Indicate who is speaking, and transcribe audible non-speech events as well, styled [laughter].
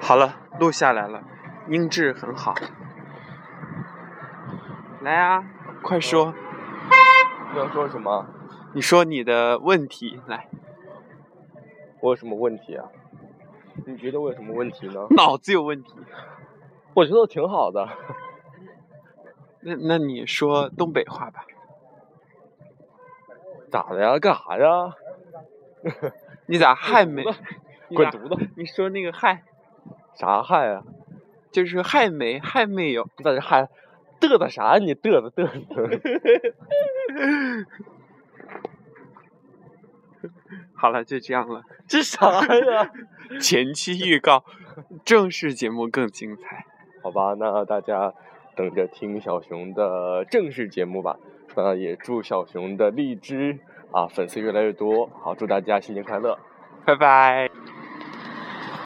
Speaker 1: 好了，录下来了，音质很好。来啊，快说，
Speaker 2: 要说什么？
Speaker 1: 你说你的问题来。
Speaker 2: 我有什么问题啊？你觉得我有什么问题呢？
Speaker 1: 脑子有问题。
Speaker 2: 我觉得我挺好的。
Speaker 1: 那那你说东北话吧？
Speaker 2: 咋的呀？干啥呀？
Speaker 1: 你咋还没？ [laughs] 你
Speaker 2: 滚
Speaker 1: 咋
Speaker 2: 犊子！
Speaker 1: 你说那个还
Speaker 2: 啥嗨呀？
Speaker 1: 就是还没还没有。
Speaker 2: 你在这嗨？嘚瑟啥呀？你嘚瑟嘚 [laughs] 瑟。
Speaker 1: 好了，就这样了。
Speaker 2: 这啥呀？
Speaker 1: [laughs] 前期预告，正式节目更精彩。
Speaker 2: 好吧，那大家等着听小熊的正式节目吧。那也祝小熊的荔枝啊粉丝越来越多。好，祝大家新年快乐。
Speaker 1: 拜拜。